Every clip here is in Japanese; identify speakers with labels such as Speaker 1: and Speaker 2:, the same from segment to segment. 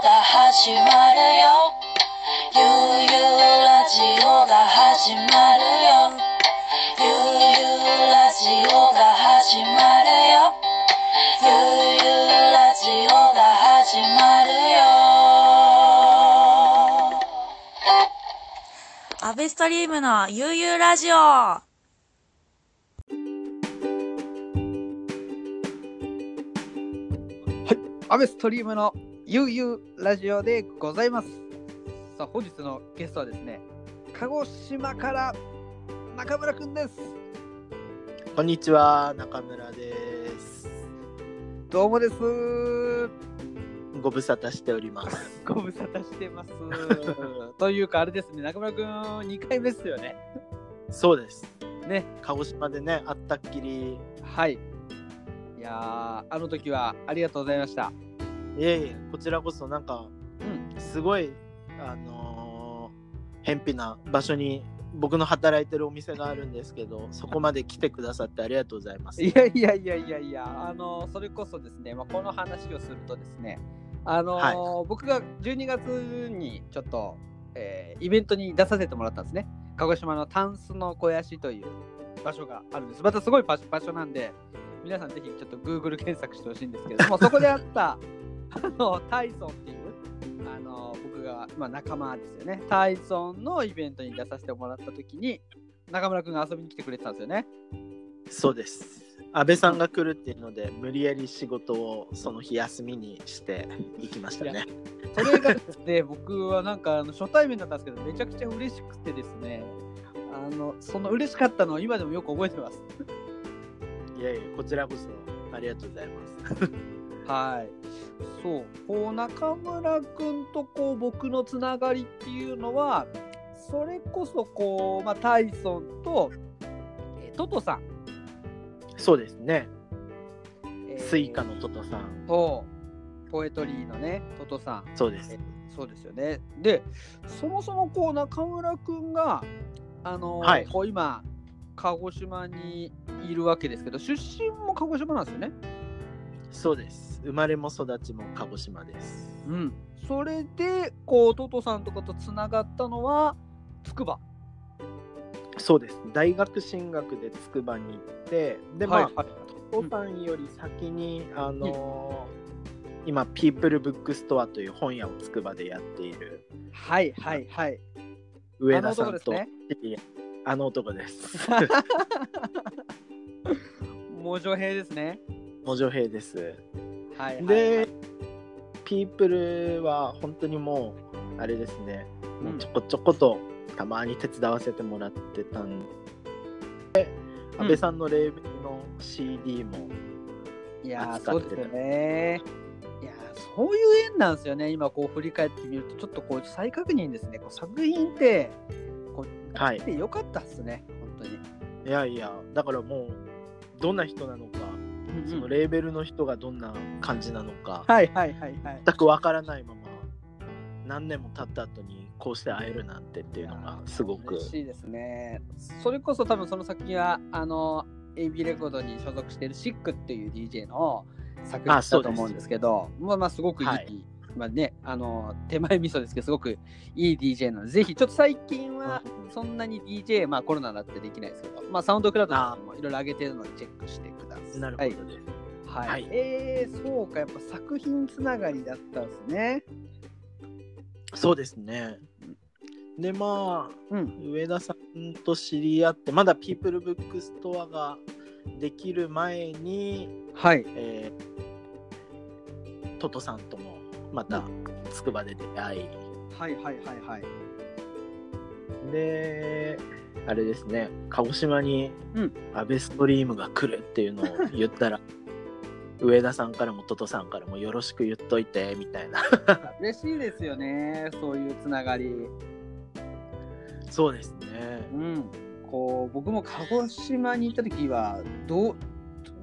Speaker 1: 始まるよゆうゆうラジオが始まるよゆうゆうラジオが始まるよゆうゆうラジオが始まるよ
Speaker 2: アベストリームのゆうゆうラジオは
Speaker 3: アベストリームのゆうゆうラジオでございます。さあ、本日のゲストはですね、鹿児島から中村くんです。
Speaker 4: こんにちは、中村です。
Speaker 3: どうもです。
Speaker 4: ご無沙汰しております。
Speaker 3: ご無沙汰してます。というか、あれですね、中村くん、2回目ですよね。
Speaker 4: そうです。
Speaker 3: ね、
Speaker 4: 鹿児島でね、あったっきり。
Speaker 3: はい。いやー、あの時はありがとうございました。
Speaker 4: いえいえ、こちらこそなんか、
Speaker 3: う
Speaker 4: すごい、あのー、偏僻な場所に僕の働いてるお店があるんですけど、そこまで来てくださってありがとうございます。
Speaker 3: いやいやいやいやいや、あのそれこそですね、まあ、この話をするとですね、あの
Speaker 4: は
Speaker 3: 僕が12月にちょっと、えーイベントに出させてもらったんですね、鹿児島のタンスの小屋しという場所があるんです。またすごい場所場所なんで、皆さんぜひちょっと Google 検索してほしいんですけれ ども、そこであった、あのタイソンっていう、あの僕が、まあ、仲間ですよね、タイソンのイベントに出させてもらった時に、中村君が遊びに来てくれてたんですよね。
Speaker 4: そうです。安倍さんが来るっていうので、無理やり仕事をその日休みにして行きましたね。
Speaker 3: それがですね、 僕はなんかあの初対面だったんですけど、めちゃくちゃ嬉しくてですね、あのその嬉しかったのを今でもよく覚えてます。
Speaker 4: いやいや、こちらこそありがとうございます。
Speaker 3: はい。そう、こう中村君とこう僕のつながりっていうのは、それこそこう、まあ、タイソンと、えートトさん、
Speaker 4: そうですね。
Speaker 3: えー
Speaker 4: スイカのトトさん。
Speaker 3: と、ポエトリーのね、トトさん。
Speaker 4: そうです。
Speaker 3: そうですよね。で、そもそもこう中村くんが、あのー
Speaker 4: はい
Speaker 3: こう今、鹿児島にいるわけですけど、出身も鹿児島なんですよね。
Speaker 4: そうです。生まれも育ちも鹿児島です。
Speaker 3: うん。それで、こう、トトさんとかとつながったのは、つくば。
Speaker 4: そうです。大学進学で筑波に行って、で、まあ、
Speaker 3: はい
Speaker 4: お父さんより先に、あのー今、ピープルブックストアという本屋を筑波でやっている
Speaker 3: はいはいはい。
Speaker 4: 上田さんと、
Speaker 3: あの男
Speaker 4: あの男 です。
Speaker 3: もう上平ですね。
Speaker 4: モジョ平です。
Speaker 3: はいはい、
Speaker 4: で、ピープルは本当にもう、あれですね、
Speaker 3: う
Speaker 4: もうんちょこちょことたまに手伝わせてもらってたんで、安倍さんのレーベルの CD も、
Speaker 3: いやー
Speaker 4: 扱
Speaker 3: そ
Speaker 4: っ
Speaker 3: う
Speaker 4: て
Speaker 3: で
Speaker 4: た
Speaker 3: すよね。いやーそういう縁なんですよね、今こう振り返ってみると、ちょっとこう再確認ですね、こう作品って、こう、
Speaker 4: はい
Speaker 3: でよかったっすね、本当に。
Speaker 4: いやいや、だからもう、どんな人なのか、そのレーベルの人がどんな感じなのか、
Speaker 3: はいはいはいはい。
Speaker 4: 全くわからないまま、何年も経った後にこうして会えるなんてっていうのが、すごく
Speaker 3: 嬉。しいですね。それこそ多分その作品は、あの、AB レコードに所属しているシックっていう DJ の作品だ
Speaker 4: あそう
Speaker 3: と
Speaker 4: です
Speaker 3: 思うんですけど、まあまあすごくいい、
Speaker 4: はい
Speaker 3: まあね、あの、手前味噌ですけど、すごくいい DJ なので、ぜひ、ちょっと最近は、そんなに DJ、まあコロナだってできないですけど、まあサウンドクラウドなんかもいろいろ上げてるのでチェックしてください。
Speaker 4: なるほどです。
Speaker 3: はい。
Speaker 4: はい
Speaker 3: えー、そうか、やっぱ作品つながりだったんですね。
Speaker 4: そうですね。で、まあ、
Speaker 3: うん。
Speaker 4: 上田さんと知り合ってまだピープルブックストアができる前に、
Speaker 3: はい。
Speaker 4: えートトさんともまたつくばで出会い、
Speaker 3: はいはいはいはい。
Speaker 4: であれですね鹿児島に
Speaker 3: うん
Speaker 4: アベストリームが来るっていうのを言ったら 上田さんからもトトさんからもよろしく言っといてみたいな
Speaker 3: 嬉しいですよね、そういうつながり。
Speaker 4: そうですね
Speaker 3: うん。こう、僕も鹿児島に行った時は、どう、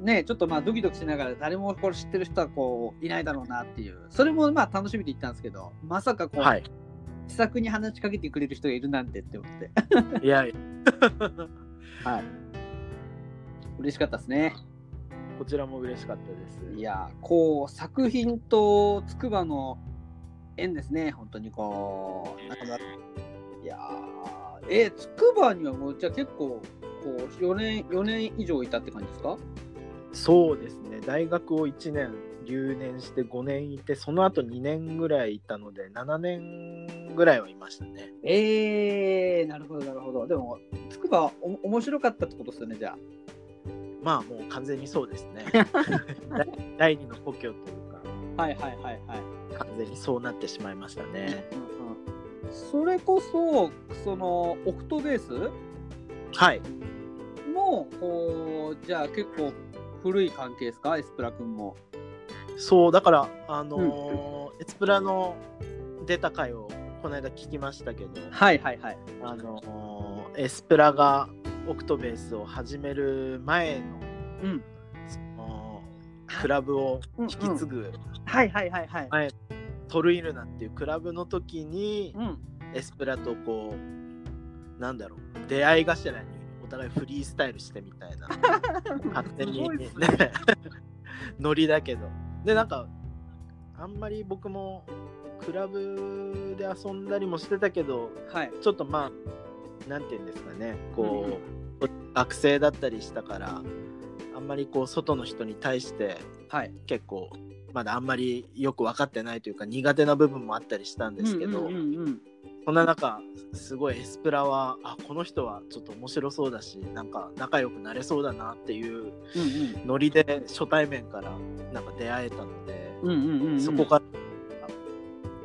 Speaker 3: ね、ちょっとまあドキドキしながら誰もこれ知ってる人はこういないだろうなっていうそれもまあ楽しみで行ったんですけどまさかこう、
Speaker 4: はい
Speaker 3: 気さくに話しかけてくれる人がいるなんてって思って
Speaker 4: いやいや
Speaker 3: はい。嬉しかったですね。
Speaker 4: こちらも嬉しかったです
Speaker 3: いやー、こう、作品とつくばの縁ですね、本当にこう。なかなかいやー、えー、つくばにはもう、じゃあ結構、こう、4年、4年以上いたって感じですか
Speaker 4: そうですね大学を1年留年して5年いてその後2年ぐらいいたので7年ぐらいはいましたね
Speaker 3: えー、なるほど、なるほど。でも、つくば、お面白かったってことですよね、じゃあ。
Speaker 4: まあもう完全にそうで すね 第第二の故郷という
Speaker 3: はいはいはいはい。
Speaker 4: か完全にそうなってしまいましたね
Speaker 3: うんうんそれこそ、その、オクトベース
Speaker 4: はい
Speaker 3: も、こう、じゃあ結構古い関係ですか、エスプラ君も。
Speaker 4: そうだからあのーエツプラの出た回をこの間聞きましたけど
Speaker 3: はいはいはい。
Speaker 4: あのーエスプラがオクトベースを始める前の
Speaker 3: うん。
Speaker 4: そのクラブを引き継ぐ
Speaker 3: はいはいはいはい。
Speaker 4: トルイルナっていうクラブの時に
Speaker 3: うん。
Speaker 4: エスプラとこうなんだろう出会い頭にお互いフリースタイルしてみた いな勝手
Speaker 3: す
Speaker 4: に
Speaker 3: ごい
Speaker 4: ね
Speaker 3: っすね
Speaker 4: ノリだけどでなんかあんまり僕もクラブで遊んだりもしてたけど
Speaker 3: はい。
Speaker 4: ちょっとまあなんて言うんですかねこ
Speaker 3: うん
Speaker 4: う、学生だったりしたからあんまりこう外の人に対して
Speaker 3: はい。
Speaker 4: 結構まだあんまりよく分かってないというか苦手な部分もあったりしたんですけど、
Speaker 3: うんうんうんうん
Speaker 4: そんな中すごいエスプラはあこの人はちょっと面白そうだしなんか仲良くなれそうだなっていう
Speaker 3: うん
Speaker 4: ノリで初対面からなんか出会えたので、
Speaker 3: うんうんうんうん
Speaker 4: そこから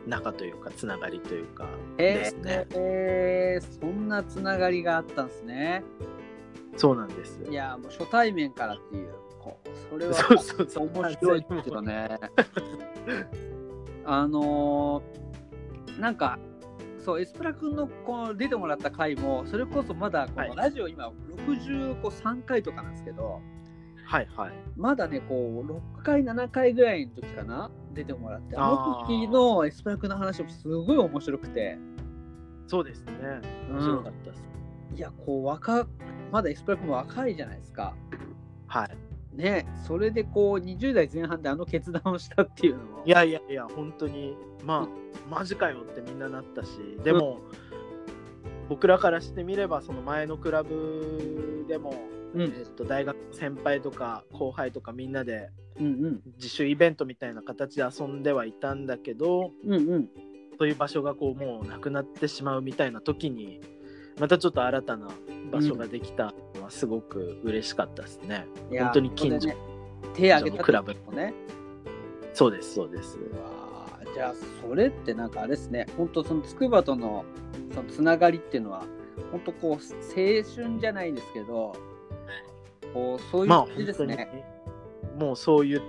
Speaker 4: 仲というかつながりというかで
Speaker 3: え
Speaker 4: す
Speaker 3: ー
Speaker 4: ね、
Speaker 3: えーそんなつながりがあったんですね。
Speaker 4: そうなんです
Speaker 3: いやーもう初対面からっていう、こうそれは
Speaker 4: そうそうそう
Speaker 3: 面白いけどね。あのーなんかそうエスプラ君のこの出てもらった回もそれこそまだこ
Speaker 4: は
Speaker 3: の
Speaker 4: い
Speaker 3: ラジオ今63回とかなんですけど、
Speaker 4: はいはい
Speaker 3: まだね、こう、6回、7回ぐらいの時かな、出てもらって、あの
Speaker 4: あー
Speaker 3: 時のエスプラ君の話もすごい面白くて、
Speaker 4: そうですね面白かったです、
Speaker 3: いや、こう、若、まだエスプラ君も若いじゃないですか。
Speaker 4: はい
Speaker 3: ね、それでこう、20代前半であの決断をしたっていうのも。
Speaker 4: いやいやいや本当にまあマジかよってみんななったしでも、僕らからしてみればその前のクラブでも、
Speaker 3: うん
Speaker 4: えっと、大学の先輩とか後輩とかみんなで
Speaker 3: うんうん。
Speaker 4: 自主イベントみたいな形で遊んではいたんだけど
Speaker 3: うんうん。
Speaker 4: そういう場所がこうもうなくなってしまうみたいな時にまたちょっと新たな場所ができたのはすごく嬉しかったですね、
Speaker 3: いや
Speaker 4: 本当に近所
Speaker 3: ここでね手挙げた
Speaker 4: クラブ
Speaker 3: 時もね。
Speaker 4: そうですそうです
Speaker 3: うわーじゃあ、それってなんかあれですね、本当そのつくばとのそのつながりっていうのは、本当こう、青春じゃないですけど、こうそういう
Speaker 4: まあ
Speaker 3: 感
Speaker 4: 本
Speaker 3: じです
Speaker 4: 当に
Speaker 3: ね。
Speaker 4: もうそういう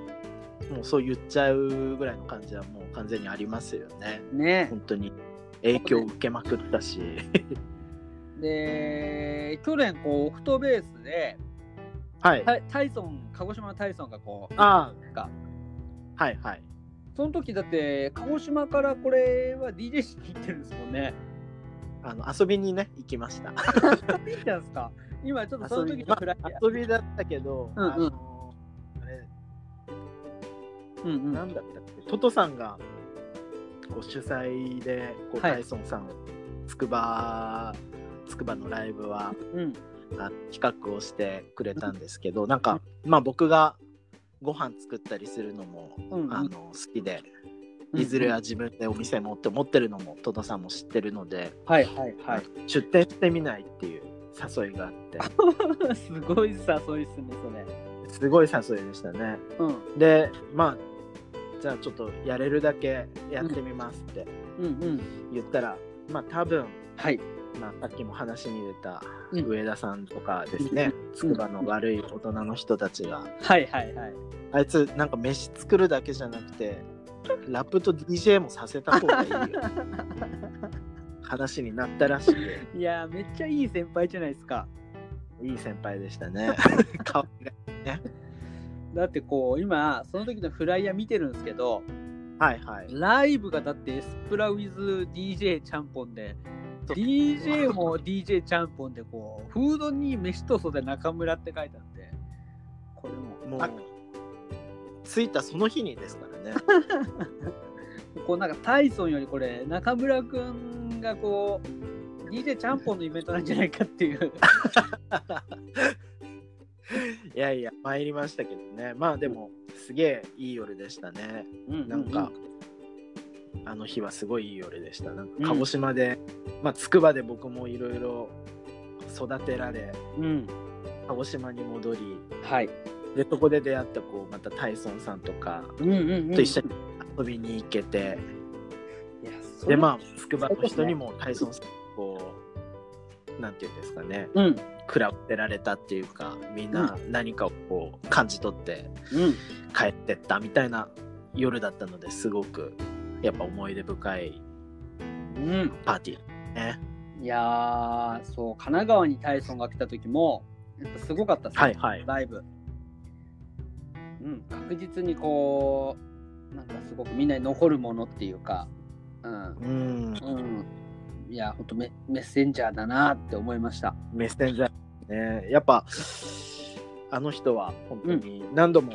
Speaker 4: もうそう言っちゃうぐらいの感じはもう完全にありますよね
Speaker 3: ね
Speaker 4: 本当に影響を受けまくったし
Speaker 3: で去年こうオクトベースで
Speaker 4: はい、
Speaker 3: タイタイソン鹿児島のタイソンがこう
Speaker 4: あ
Speaker 3: なんか
Speaker 4: あはいはい
Speaker 3: その時だって鹿児島からこれは DJ しに行ってるんですもんね。
Speaker 4: あの遊びにね行きました
Speaker 3: いいじゃないですか。今ちょっとその
Speaker 4: 遊
Speaker 3: 時
Speaker 4: び,、
Speaker 3: のフライヤー
Speaker 4: 遊びだったけど、
Speaker 3: うんうん
Speaker 4: あのあれ
Speaker 3: うんうん
Speaker 4: なんだったっけトトさんがこう主催でこう、
Speaker 3: はい
Speaker 4: タイソンさんをつくばつくばのライブは
Speaker 3: うん
Speaker 4: あ企画をしてくれたんですけどなんかまあ僕がご飯作ったりするのも、
Speaker 3: うん
Speaker 4: あの好きでいずれは自分でお店もって思ってるのも戸田さんも知ってるので、
Speaker 3: はいはいは
Speaker 4: 出店してみないっていう誘いがあって
Speaker 3: い。 すごい誘いっすねそれ。
Speaker 4: すごい誘いでしたね
Speaker 3: うん
Speaker 4: でまあじゃあちょっとやれるだけやってみますって
Speaker 3: うんうん
Speaker 4: 言ったら、まあ多分
Speaker 3: はい。
Speaker 4: まあ、さっきも話に出た
Speaker 3: うん
Speaker 4: 上田さんとかですね、つくばの悪い大人の人たちが、
Speaker 3: はいはいはい。
Speaker 4: あいつなんか飯作るだけじゃなくてラップと DJ もさせた方がいいよ話になったらし く
Speaker 3: いやーめっちゃいい先輩じゃないですか。
Speaker 4: いい先輩でしたね 顔が
Speaker 3: だってこう今その時のフライヤー見てるんですけど。
Speaker 4: はいはい
Speaker 3: ライブがだってエスプラウィズ DJ ちゃんぽんで
Speaker 4: そう
Speaker 3: DJ も DJ ちゃんぽんでこうフードに飯と袖中村って書いてあってこれも
Speaker 4: もう
Speaker 3: あ
Speaker 4: 着いたその日にですからね
Speaker 3: こうなんかタイソンよりこれ中村くんがこう DJ ちゃんぽんのイベントなんじゃないかっていう
Speaker 4: いやいや、参りましたけどね。まあでも、すげえいい夜でしたね。 なんか、あの日はすごいいい夜でした。なんか鹿児島で、まあ筑波で僕もいろいろ育てられ、
Speaker 3: うん
Speaker 4: 鹿児島に戻り、
Speaker 3: はい
Speaker 4: で、そこで出会ったこう、またタイソンさんとか
Speaker 3: うんうん
Speaker 4: と一緒に遊びに行けて、
Speaker 3: いやそれ
Speaker 4: で、まあ、筑波の人にもタイソンさん、こう、なんていうんですかね、
Speaker 3: うん
Speaker 4: 食らってられたっていうか、みんな何かをこう感じ取って、
Speaker 3: うん
Speaker 4: 帰ってったみたいな夜だったのですごくやっぱ思い出深い
Speaker 3: うん
Speaker 4: パーティーね。
Speaker 3: いやーそう神奈川にタイソンが来た時もやっぱすごかったですね、
Speaker 4: はいはい。
Speaker 3: ライブ、うん、確実にこうなんかすごくみんなに残るものっていうか、うん
Speaker 4: うん、
Speaker 3: うん、いや本当メメッセンジャーだなって思いました
Speaker 4: メッセンジャーね。やっぱあの人は本当に何度も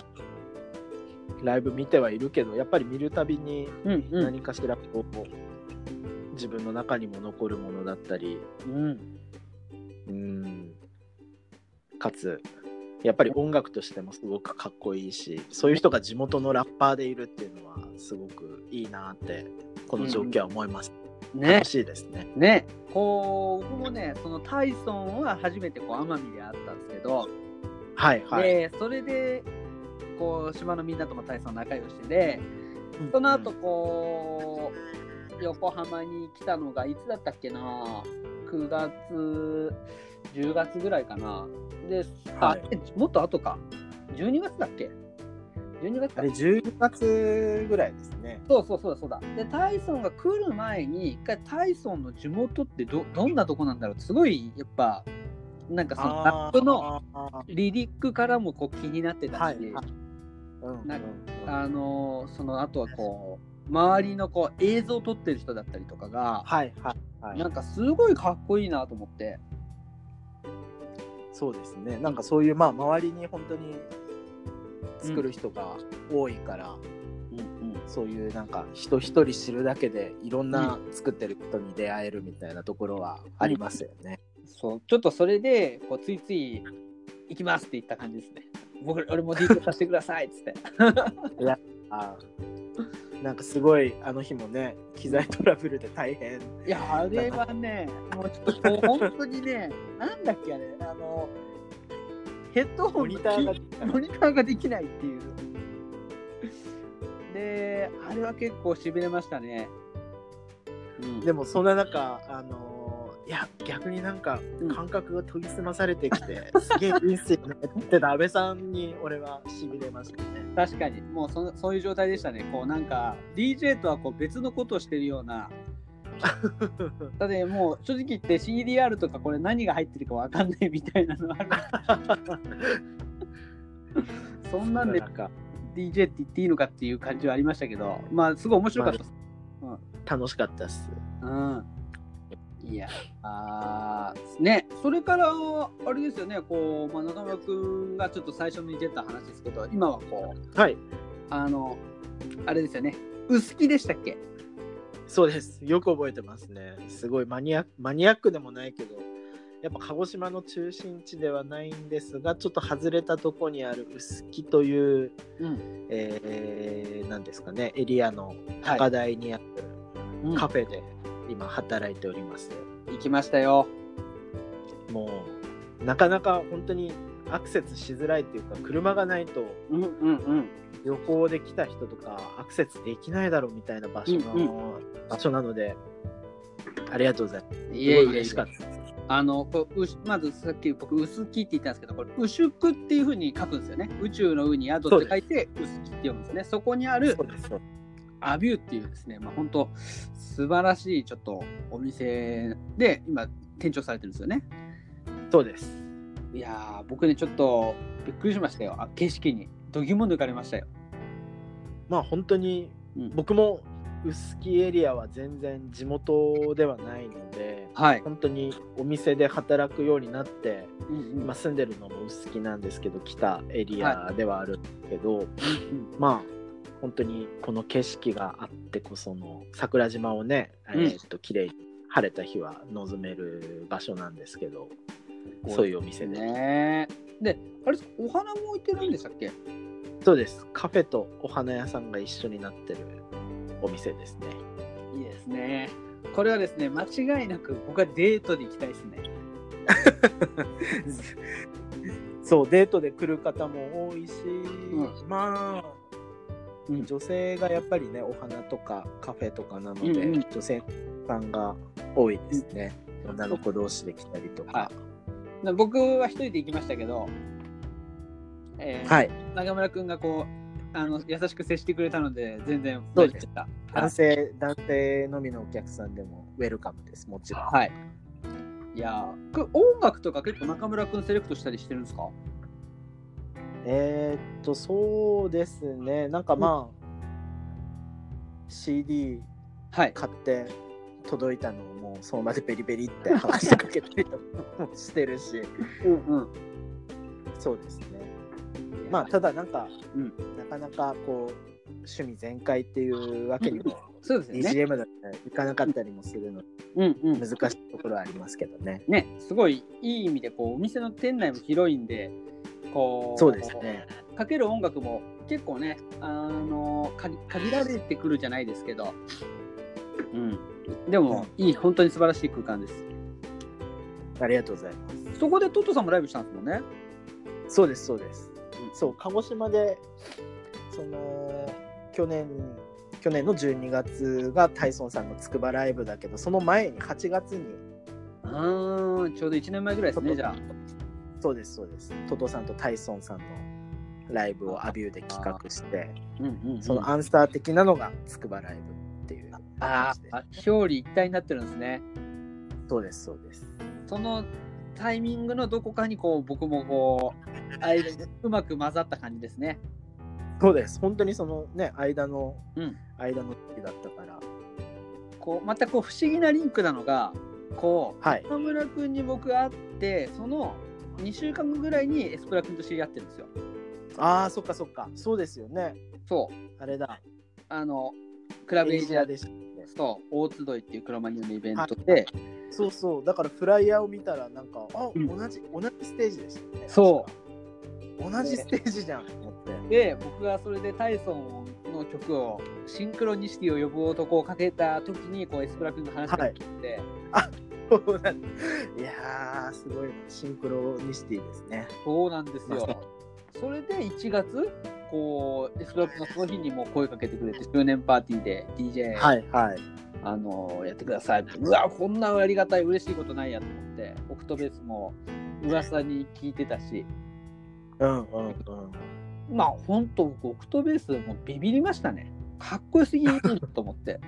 Speaker 4: ライブ見てはいるけど、やっぱり見るたびに
Speaker 3: うんうん
Speaker 4: 何かしらこう、自分の中にも残るものだったり、
Speaker 3: うん
Speaker 4: うん、かつやっぱり音楽としてもすごくかっこいいしそういう人が地元のラッパーでいるっていうのはすごくいいなってこの状況は思います、
Speaker 3: ね
Speaker 4: 楽しいですね
Speaker 3: ねこう僕もねそのタイソンは初めてこう奄美で会ったんですけど、
Speaker 4: はいはい
Speaker 3: でそれでこう島のみんなともタイソン仲良しでその後こう横浜に来たのがいつだったっけな9月10月ぐらいかなで、
Speaker 4: は
Speaker 3: あ
Speaker 4: い
Speaker 3: えもっと後か12月だっけ12月
Speaker 4: あ
Speaker 3: か
Speaker 4: れ10月ぐらいですね
Speaker 3: そうそうそうだそうだでタイソンが来る前に一回タイソンの地元ってどどんなとこなんだろうってすごいやっぱなんかそのラップの
Speaker 4: は
Speaker 3: リリックからもこう気になって
Speaker 4: い
Speaker 3: たし、
Speaker 4: はいうん
Speaker 3: なんかあのーその後はこう周りのこう映像を撮ってる人だったりとかが、
Speaker 4: はいはいはい
Speaker 3: なんかすごいかっこいいなと思って
Speaker 4: そうですねなんかそういうまあ周りに本当に作る人が多いから、そういうなんか人一人知るだけでいろんな作ってる人に出会えるみたいなところはありますよね。
Speaker 3: そうちょっとそれでこうついつい「行きます」って言った感じですね僕俺も DJ させてくださいっつって
Speaker 4: あーなんかすごいあの日もね機材トラブルで大変
Speaker 3: いやあれはねもうちょっとこう本当にねなんだっけあれあのヘッドホ
Speaker 4: モ
Speaker 3: ンの
Speaker 4: ニター が
Speaker 3: モニターができないっていうであれは結構しびれましたね、うん
Speaker 4: でもそんな中あのーいや逆になんか
Speaker 3: うん
Speaker 4: 感覚が研ぎ澄まされてきて、すげえいいっすよねって言ってた安倍さんに俺はしびれましたね。
Speaker 3: 確かにもうそそういう状態でしたねこうなんか DJ とはこう別のことをしてるようなだってもう正直言って CDR とかこれ何が入ってるかわかんない みたいなのあるそんなんで
Speaker 4: なんか
Speaker 3: DJ って言っていいのかっていう感じはありましたけどまあすごい面白かったです、
Speaker 4: 楽しかったっす。
Speaker 3: うんいやあーねそれからあれですよねこう、まあ、中村君がちょっと最初に出た話ですけど今はこう
Speaker 4: はい
Speaker 3: あのあれですよね薄木でしたっけ
Speaker 4: そうです。よく覚えてますね。すごいマニアマニアックでもないけど、やっぱ鹿児島の中心地ではないんですが、ちょっと外れたとこにある臼杵という、
Speaker 3: うん
Speaker 4: えー、なんですかね、エリアの
Speaker 3: はい
Speaker 4: 高台にある
Speaker 3: うん
Speaker 4: カフェで今働いております。
Speaker 3: 行きましたよ。
Speaker 4: もう、なかなか本当にアクセスしづらいっていうか、車がないと
Speaker 3: うんうんうん。
Speaker 4: 旅行で来た人とかアクセスできないだろうみたいな場所の、
Speaker 3: うん
Speaker 4: 場所なので、ありがとうございます。
Speaker 3: いえ
Speaker 4: すご
Speaker 3: いえ
Speaker 4: 嬉しかったです。
Speaker 3: あのこううしまずさっき僕「薄木」って言ったんですけどこれ「薄く」っていうふうに書くんですよね。宇宙の「う」に「宿」って書いて「薄木」って読むんですね。そこにある
Speaker 4: そうです
Speaker 3: アビューっていうですね、まあ、本当素晴らしいちょっとお店で今店長されてるんですよね。
Speaker 4: そうです。
Speaker 3: いやー僕ねちょっとびっくりしましたよあ景色に。どぎも抜かれましたよ。
Speaker 4: まあ本当に
Speaker 3: うん
Speaker 4: 僕も臼杵エリアは全然地元ではないので
Speaker 3: はい。
Speaker 4: 本当にお店で働くようになって
Speaker 3: うんうん
Speaker 4: 今住んでるのも臼杵なんですけど来たエリアではあるんですけど、
Speaker 3: うん
Speaker 4: ま本当にこの景色があってこその桜島をね、
Speaker 3: うん
Speaker 4: えーっと綺麗に晴れた日は望める場所なんですけど、そういうお店で、
Speaker 3: ねえであれお花も置いてるんでしたっけ
Speaker 4: そうですカフェとお花屋さんが一緒になってるお店ですね
Speaker 3: いいですねこれはですね間違いなく僕はデートで行きたいですね
Speaker 4: そうデートで来る方も多いし、
Speaker 3: う
Speaker 4: まあ、
Speaker 3: うん
Speaker 4: 女性がやっぱりねお花とかカフェとかなので、
Speaker 3: うんうん
Speaker 4: 女性さんが多いですね、女の子同士で来たりとか
Speaker 3: はで僕は一人で行きましたけど、えー
Speaker 4: はい、
Speaker 3: 中村君がこうあの優しく接してくれたので全然
Speaker 4: そう
Speaker 3: 大丈夫
Speaker 4: です
Speaker 3: でした
Speaker 4: 男性男性のみのお客さんでもウェルカムですもちろん
Speaker 3: はい、はい、いやーく音楽とか結構中村君セレクトしたりしてるんですか
Speaker 4: えーっとそうですねなんかまあ、CD
Speaker 3: はい
Speaker 4: 買って届いたのをもうその場でベリベリって話しかけたりとかもしてるし
Speaker 3: うんうん
Speaker 4: そうですねまあただなんか、
Speaker 3: うん
Speaker 4: なかなかこう趣味全開っていうわけにも
Speaker 3: そうですよ ね
Speaker 4: DGM だったらいかなかったりもするので
Speaker 3: うんうん
Speaker 4: 難しいところはありますけどね
Speaker 3: ねすごいいい意味でこうお店の店内も広いんでこう
Speaker 4: そうですね
Speaker 3: かける音楽も結構ね、あのか限られてくるじゃないですけど、うん、でも、いい本当に素晴らしい空間です
Speaker 4: ありがとうございます
Speaker 3: そこでトットさんもライブしたんですもんね
Speaker 4: そうですそうです、
Speaker 3: うん
Speaker 4: そう鹿児島でその去年去年の12月がタイソンさんのつくばライブだけどその前に8月に
Speaker 3: あーちょうど1年前ぐらいですねじゃあ
Speaker 4: そうですそうですトトさんとタイソンさんのライブをアビューで企画して
Speaker 3: うんうんうん
Speaker 4: そのアンスター的なのがつくばライブっていう
Speaker 3: あ
Speaker 4: 感じで
Speaker 3: ーあ表裏一体になってるんですね
Speaker 4: そうですそうです
Speaker 3: そのタイミングのどこかにこう僕もこう間にうまく混ざった感じですね
Speaker 4: そうです本当にそのね間の、
Speaker 3: うん
Speaker 4: 間の時だったから
Speaker 3: こうまたこう不思議なリンクなのがこう
Speaker 4: はい
Speaker 3: 中村君に僕会ってその2週間後ぐらいにエスプラ君と知り合ってるんですよ
Speaker 4: ああそっかそっかそうですよね
Speaker 3: そう
Speaker 4: あれだ
Speaker 3: あのクラブエイジアで
Speaker 4: でした
Speaker 3: と大集いっていうクロマニオのイベント
Speaker 4: は
Speaker 3: で
Speaker 4: いそうそうだからフライヤーを見たらなんかあ、
Speaker 3: うん
Speaker 4: 同じ同じステージでしたね
Speaker 3: そう
Speaker 4: 同じステージじゃんと思って
Speaker 3: で僕がそれでタイソンの曲をシンクロニシティを呼ぶ男をかけた時にこうエスプラ君の話が聞いて、
Speaker 4: そうなん いやーすごいなシンクロニシティですね
Speaker 3: そうなんです
Speaker 4: ま
Speaker 3: よ それで1月こうエスプラ君がその日にもう声かけてくれて周年パーティーで DJ、
Speaker 4: はいはい
Speaker 3: あのやってください。うわ、こんなありがたい、嬉しいことないやと思って、オクトベースも噂に聞いてたし、
Speaker 4: うんうんうん
Speaker 3: まあ、本当僕、オクトベースもビビりましたね。かっこよすぎると思って。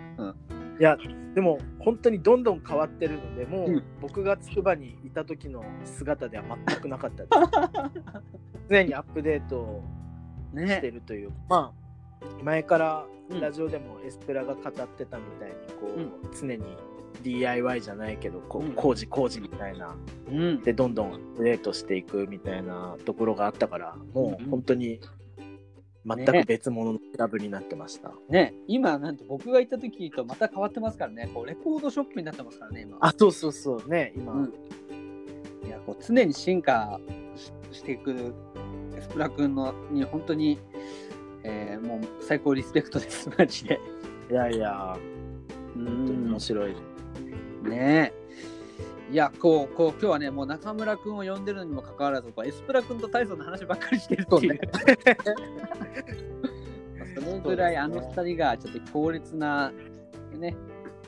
Speaker 4: いやでも本当にどんどん変わってるのでもう、
Speaker 3: うん
Speaker 4: 僕がつくばにいた時の姿では全くなかったです 常にアップデートをして
Speaker 3: ね。
Speaker 4: るという、まあ前からラジオでもエスペラが語ってたみたいにこ
Speaker 3: う
Speaker 4: う、
Speaker 3: ん
Speaker 4: 常に DIY じゃないけどこう、
Speaker 3: うん
Speaker 4: 工事工事みたいな
Speaker 3: うん。
Speaker 4: でどんどんアップデートしていくみたいなところがあったからも
Speaker 3: うんう
Speaker 4: うん本当に全く別物のクラブになってました、
Speaker 3: ね、今、なんて僕が行った時とまた変わってますからね、こうレコードショップになってますからね、今。
Speaker 4: あそうそうそうね今、
Speaker 3: うんいやこう常に進化ししていくエスプラ君のに本当に、えーもう最高リスペクトです、マジで。
Speaker 4: いやいや
Speaker 3: う
Speaker 4: 本当に面白い、
Speaker 3: ねえ。いや、こう、こう、今日はね、もう中村くんを呼んでるのにもかかわらず、こうエスプラくんと大層の話ばっかりしてるっていう。 それぐらいあの二人がちょっと強烈な、ね、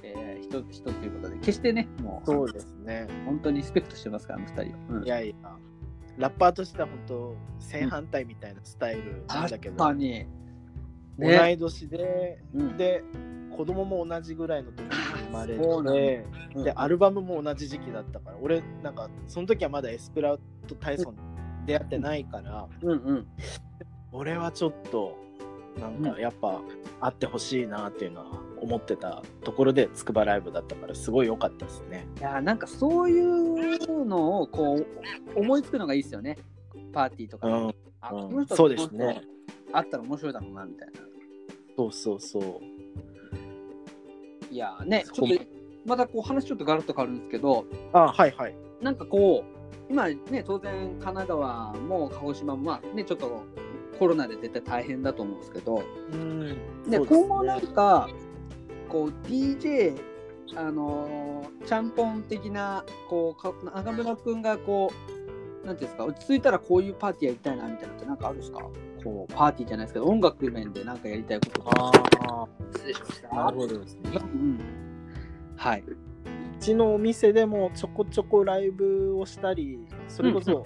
Speaker 3: えー人、人ということで、決してね、もう、
Speaker 4: そうですね
Speaker 3: 本当にリスペクトしてますから、あの二人は。うん
Speaker 4: いやいやラッパーとしては本当正反対みたいなスタイルなんだけ
Speaker 3: 確
Speaker 4: ど、
Speaker 3: かに。
Speaker 4: 同
Speaker 3: ね。
Speaker 4: い年で
Speaker 3: うん
Speaker 4: で子供も同じぐらいの時に生まれ
Speaker 3: あそうなん
Speaker 4: て
Speaker 3: だ
Speaker 4: でアルバムも同じ時期だったから俺なんかその時はまだエスプラとタイソン出会ってないから
Speaker 3: うんうん。
Speaker 4: 俺はちょっとなん
Speaker 3: う
Speaker 4: かやっぱ会ってほしいなっていうのは思ってたところでつくばライブだったからすごい良かったですね
Speaker 3: いや、なんかそういうのを、こう、思いつくのがいいですよね。パーティーとか
Speaker 4: う
Speaker 3: で。
Speaker 4: ん
Speaker 3: あ
Speaker 4: うん
Speaker 3: この人
Speaker 4: そうですね。
Speaker 3: あったら面白いだろうなみたいな。
Speaker 4: そうそうそう。
Speaker 3: いやーね、ち
Speaker 4: そ
Speaker 3: ょ
Speaker 4: う
Speaker 3: っと、またこう話ちょっとガラッと変わるんですけど、
Speaker 4: あはいはい。
Speaker 3: なんかこう、今ね、当然神奈川も鹿児島も、まあね、ちょっとコロナで絶対大変だと思うんですけど、
Speaker 4: うん。
Speaker 3: で
Speaker 4: そうですね
Speaker 3: 今後なんかこう DJ あのーちゃんぽん的なこうか中村くんがこうなんていうんですか落ち着いたらこういうパーティーやりたいなみたいなのってなんかあるんですかこうパーティーじゃないですけど音楽面でなんかやりたいこととか
Speaker 4: あ
Speaker 3: 失礼しました
Speaker 4: あ、なるほどですね。
Speaker 3: うん、はいう
Speaker 4: ちのお店でもちょこちょこライブをしたりそれこそ、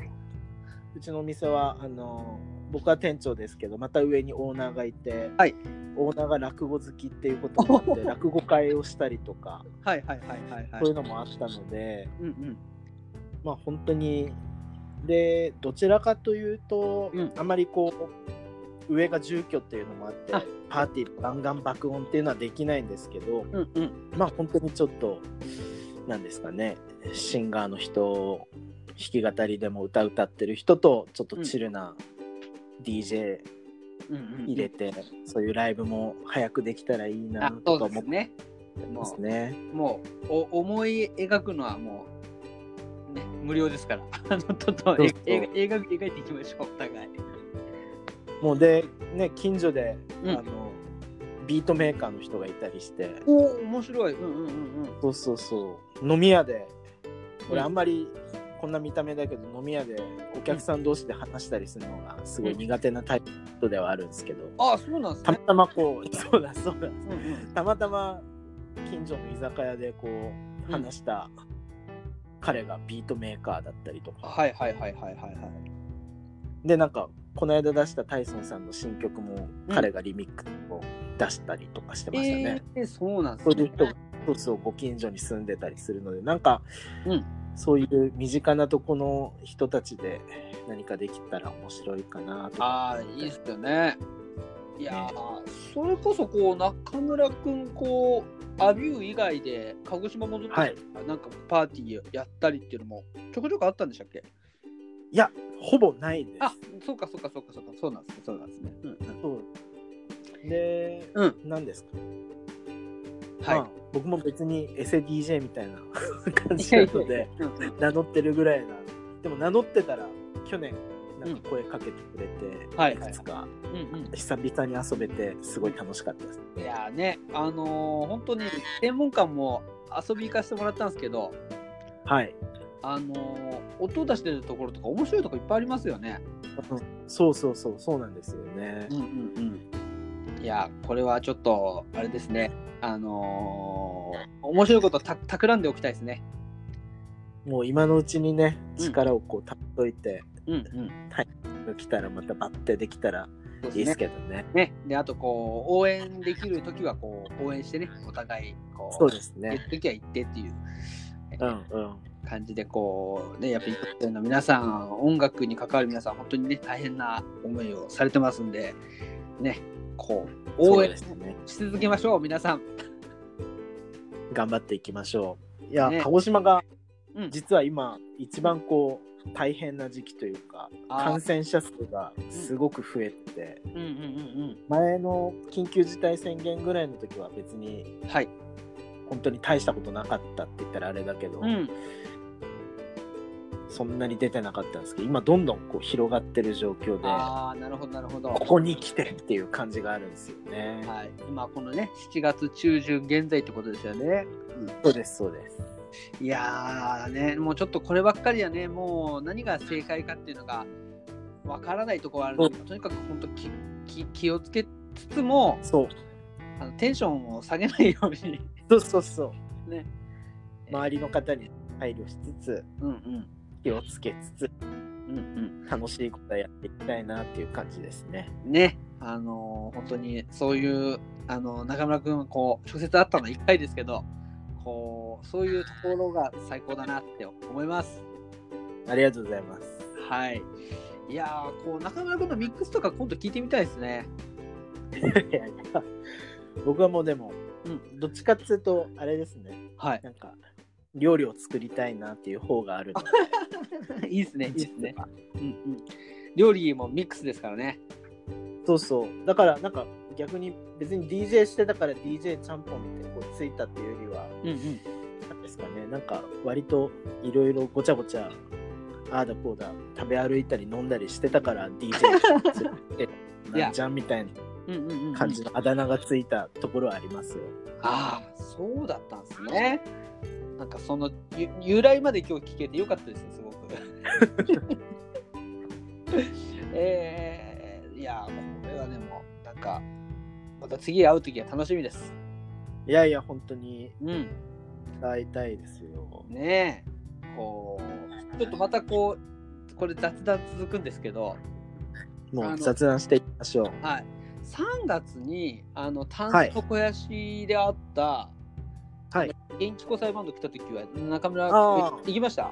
Speaker 4: うちのお店はあの僕は店長ですけどまた上にオーナーがいて、
Speaker 3: はい
Speaker 4: オーナーが落語好きっていうこともあ って落語会をしたりとか
Speaker 3: はいはいはいはいは
Speaker 4: そういうのもあったので、
Speaker 3: うんうん
Speaker 4: まあ本当にでどちらかというと、
Speaker 3: うん
Speaker 4: あまりこう上が住居っていうのもあって
Speaker 3: あ
Speaker 4: パーティーガンガン爆音っていうのはできないんですけど、
Speaker 3: うんうん
Speaker 4: まあ本当にちょっとなんですかねシンガーの人弾き語りでも歌歌ってる人とちょっとチルな DJ
Speaker 3: うんうん
Speaker 4: 入れて、そういうライブも早くできたらいいな
Speaker 3: あそ
Speaker 4: とか
Speaker 3: うで
Speaker 4: 思っ
Speaker 3: す
Speaker 4: て
Speaker 3: ねも
Speaker 4: ますね。
Speaker 3: うもうお思い描くのはもうね無料ですから あのちょっと
Speaker 4: そう
Speaker 3: え
Speaker 4: そう
Speaker 3: え描描いていきましょうお互い
Speaker 4: もうでね近所で、
Speaker 3: うん
Speaker 4: あのビートメーカーの人がいたりして
Speaker 3: おお面白いうんうんうんうん
Speaker 4: そうそうそう飲み屋で俺
Speaker 3: うん
Speaker 4: あんまりこんな見た目だけど飲み屋でお客さん同士で話したりするのがすごい苦手なタイプの人ではあるんですけど。
Speaker 3: あそうなんです
Speaker 4: たま
Speaker 3: ね
Speaker 4: たまこ うそうだそうだ
Speaker 3: うんうん
Speaker 4: たまたま近所の居酒屋でこ
Speaker 3: う
Speaker 4: うん話した彼がビートメーカーだったりとか、
Speaker 3: はいはいはいはいはいはい
Speaker 4: でなんかこの間出したタイソンさんの新曲も彼がリミックスを出したりとかしてましたね、
Speaker 3: えー、そうなんで
Speaker 4: そう
Speaker 3: す
Speaker 4: いう
Speaker 3: ね
Speaker 4: 人が一つをご近所に住んでたりするのでなんか、
Speaker 3: うん
Speaker 4: そういう身近なとこの人たちで何かできたら面白いかなとか
Speaker 3: ああいいっすよねいやーそれこそこう中村くんこうアビュー以外で鹿児島戻って、
Speaker 4: はい
Speaker 3: なんかパーティーやったりっていうのもちょこちょこあったんでしたっけ
Speaker 4: いやほぼないです
Speaker 3: あそうかそうかそうかそうかそうなんですねそうなんですねうんうん
Speaker 4: そうで、
Speaker 3: うん
Speaker 4: 何ですか
Speaker 3: はい、
Speaker 4: まあ、僕も別にエセ DJ みたい な感じなので
Speaker 3: うんうん
Speaker 4: 名乗ってるぐらいなでも名乗ってたら去年なんか声かけてくれて、
Speaker 3: はい
Speaker 4: いくつか
Speaker 3: うんうん
Speaker 4: 久々に遊べてすごい楽しかったです
Speaker 3: いやーね、あのー本当に天文館も遊び行かせてもらったんですけど、
Speaker 4: はい、
Speaker 3: あのー音を出してるところとか面白いとこいっぱいありますよね。
Speaker 4: そうそうそうそうなんですよね、
Speaker 3: んうんうん。いやーこれはちょっとあれですね、あのー面白いことた企んでおきたいですね。
Speaker 4: もう今のうちにね
Speaker 3: うん
Speaker 4: 力をこうたっといて、
Speaker 3: うんうん。
Speaker 4: 来たらまたバッてできたら
Speaker 3: そう
Speaker 4: いい
Speaker 3: で
Speaker 4: で
Speaker 3: ね。
Speaker 4: すすけどね
Speaker 3: ねであとこう応援できる時はこう応援してねお互いこう
Speaker 4: そうです
Speaker 3: 言
Speaker 4: ね
Speaker 3: っときは言ってっていう。
Speaker 4: うんうん
Speaker 3: 感じでこうねやっぱり一般の皆さん音楽に関わる皆さん本当にね大変な思いをされてますんでねこう応援
Speaker 4: そうですね
Speaker 3: し続けましょう皆さん、
Speaker 4: 頑張っていきましょういや、
Speaker 3: ね
Speaker 4: 鹿児島が
Speaker 3: うん、
Speaker 4: 実は今一番こう大変な時期というか
Speaker 3: あー
Speaker 4: 感染者数がすごく増えてて、
Speaker 3: うんうんうん
Speaker 4: 前の緊急事態宣言ぐらいの時は別に
Speaker 3: うんはい
Speaker 4: 本当に大したことなかったって言ったらあれだけど、
Speaker 3: うん
Speaker 4: そんなに出てなかったんですけど今どんどんこう広がってる状況で
Speaker 3: ああなるほどなるほど
Speaker 4: ここに来てっていう感じがあるんですよね。
Speaker 3: はい今このね7月中旬現在ってことですよね
Speaker 4: そうですそうです。
Speaker 3: いやーねもうちょっとこればっかりはねもう何が正解かっていうのがわからないところはあるのでとにかく本当きき気をつけつつも
Speaker 4: そう
Speaker 3: あのテンションを下げないように
Speaker 4: そうそうそう。
Speaker 3: ね
Speaker 4: 周りの方に配慮しつつ
Speaker 3: うんうん
Speaker 4: 気をつけつつ
Speaker 3: うん
Speaker 4: 楽しいことやっていきたいなっていう感じですね。
Speaker 3: うん、ねあのー本当にそういうあのー中村君こう直接会ったのは1回ですけどこうそういうところが最高だなって思います
Speaker 4: ありがとうございます。
Speaker 3: はいいやーこう中村君のミックスとか今度聞いてみたいですね
Speaker 4: いやいや僕はもうでも、
Speaker 3: うん
Speaker 4: どっちかっていうとあれですね
Speaker 3: はい
Speaker 4: なんか料理を作りたいなっていう方があるの で
Speaker 3: いいですねいいですねうんうん料理もミックスですからね
Speaker 4: そうそうだからなんか逆に別に DJ してたから DJ ちゃんぽんってこうついたっていうよりは、
Speaker 3: うんうん。
Speaker 4: なんですかね、なんか割といろいろごちゃごちゃ、ああだこうだ、食べ歩いたり飲んだりしてたから、DJ って
Speaker 3: いや
Speaker 4: なんじゃんみたい
Speaker 3: うんうんうんうん
Speaker 4: な感じのあだ名がついたところはありますよ。
Speaker 3: ああそうだったんですねなんかそのゆ由来まで今日聞けてよかったですねす ごくえー、いやーこれはでもなんかまた次会う時は楽しみです
Speaker 4: いやいや、本当に
Speaker 3: うん
Speaker 4: 会いたいですよ。
Speaker 3: ねえこうちょっとまたこうこれ雑談続くんですけど
Speaker 4: も
Speaker 3: あの
Speaker 4: う雑談していきましょう。
Speaker 3: はい3月にあの炭
Speaker 4: はい
Speaker 3: 素小屋市であった、
Speaker 4: はい。
Speaker 3: 元気交際バンド来た時は中村
Speaker 4: あ
Speaker 3: 行きました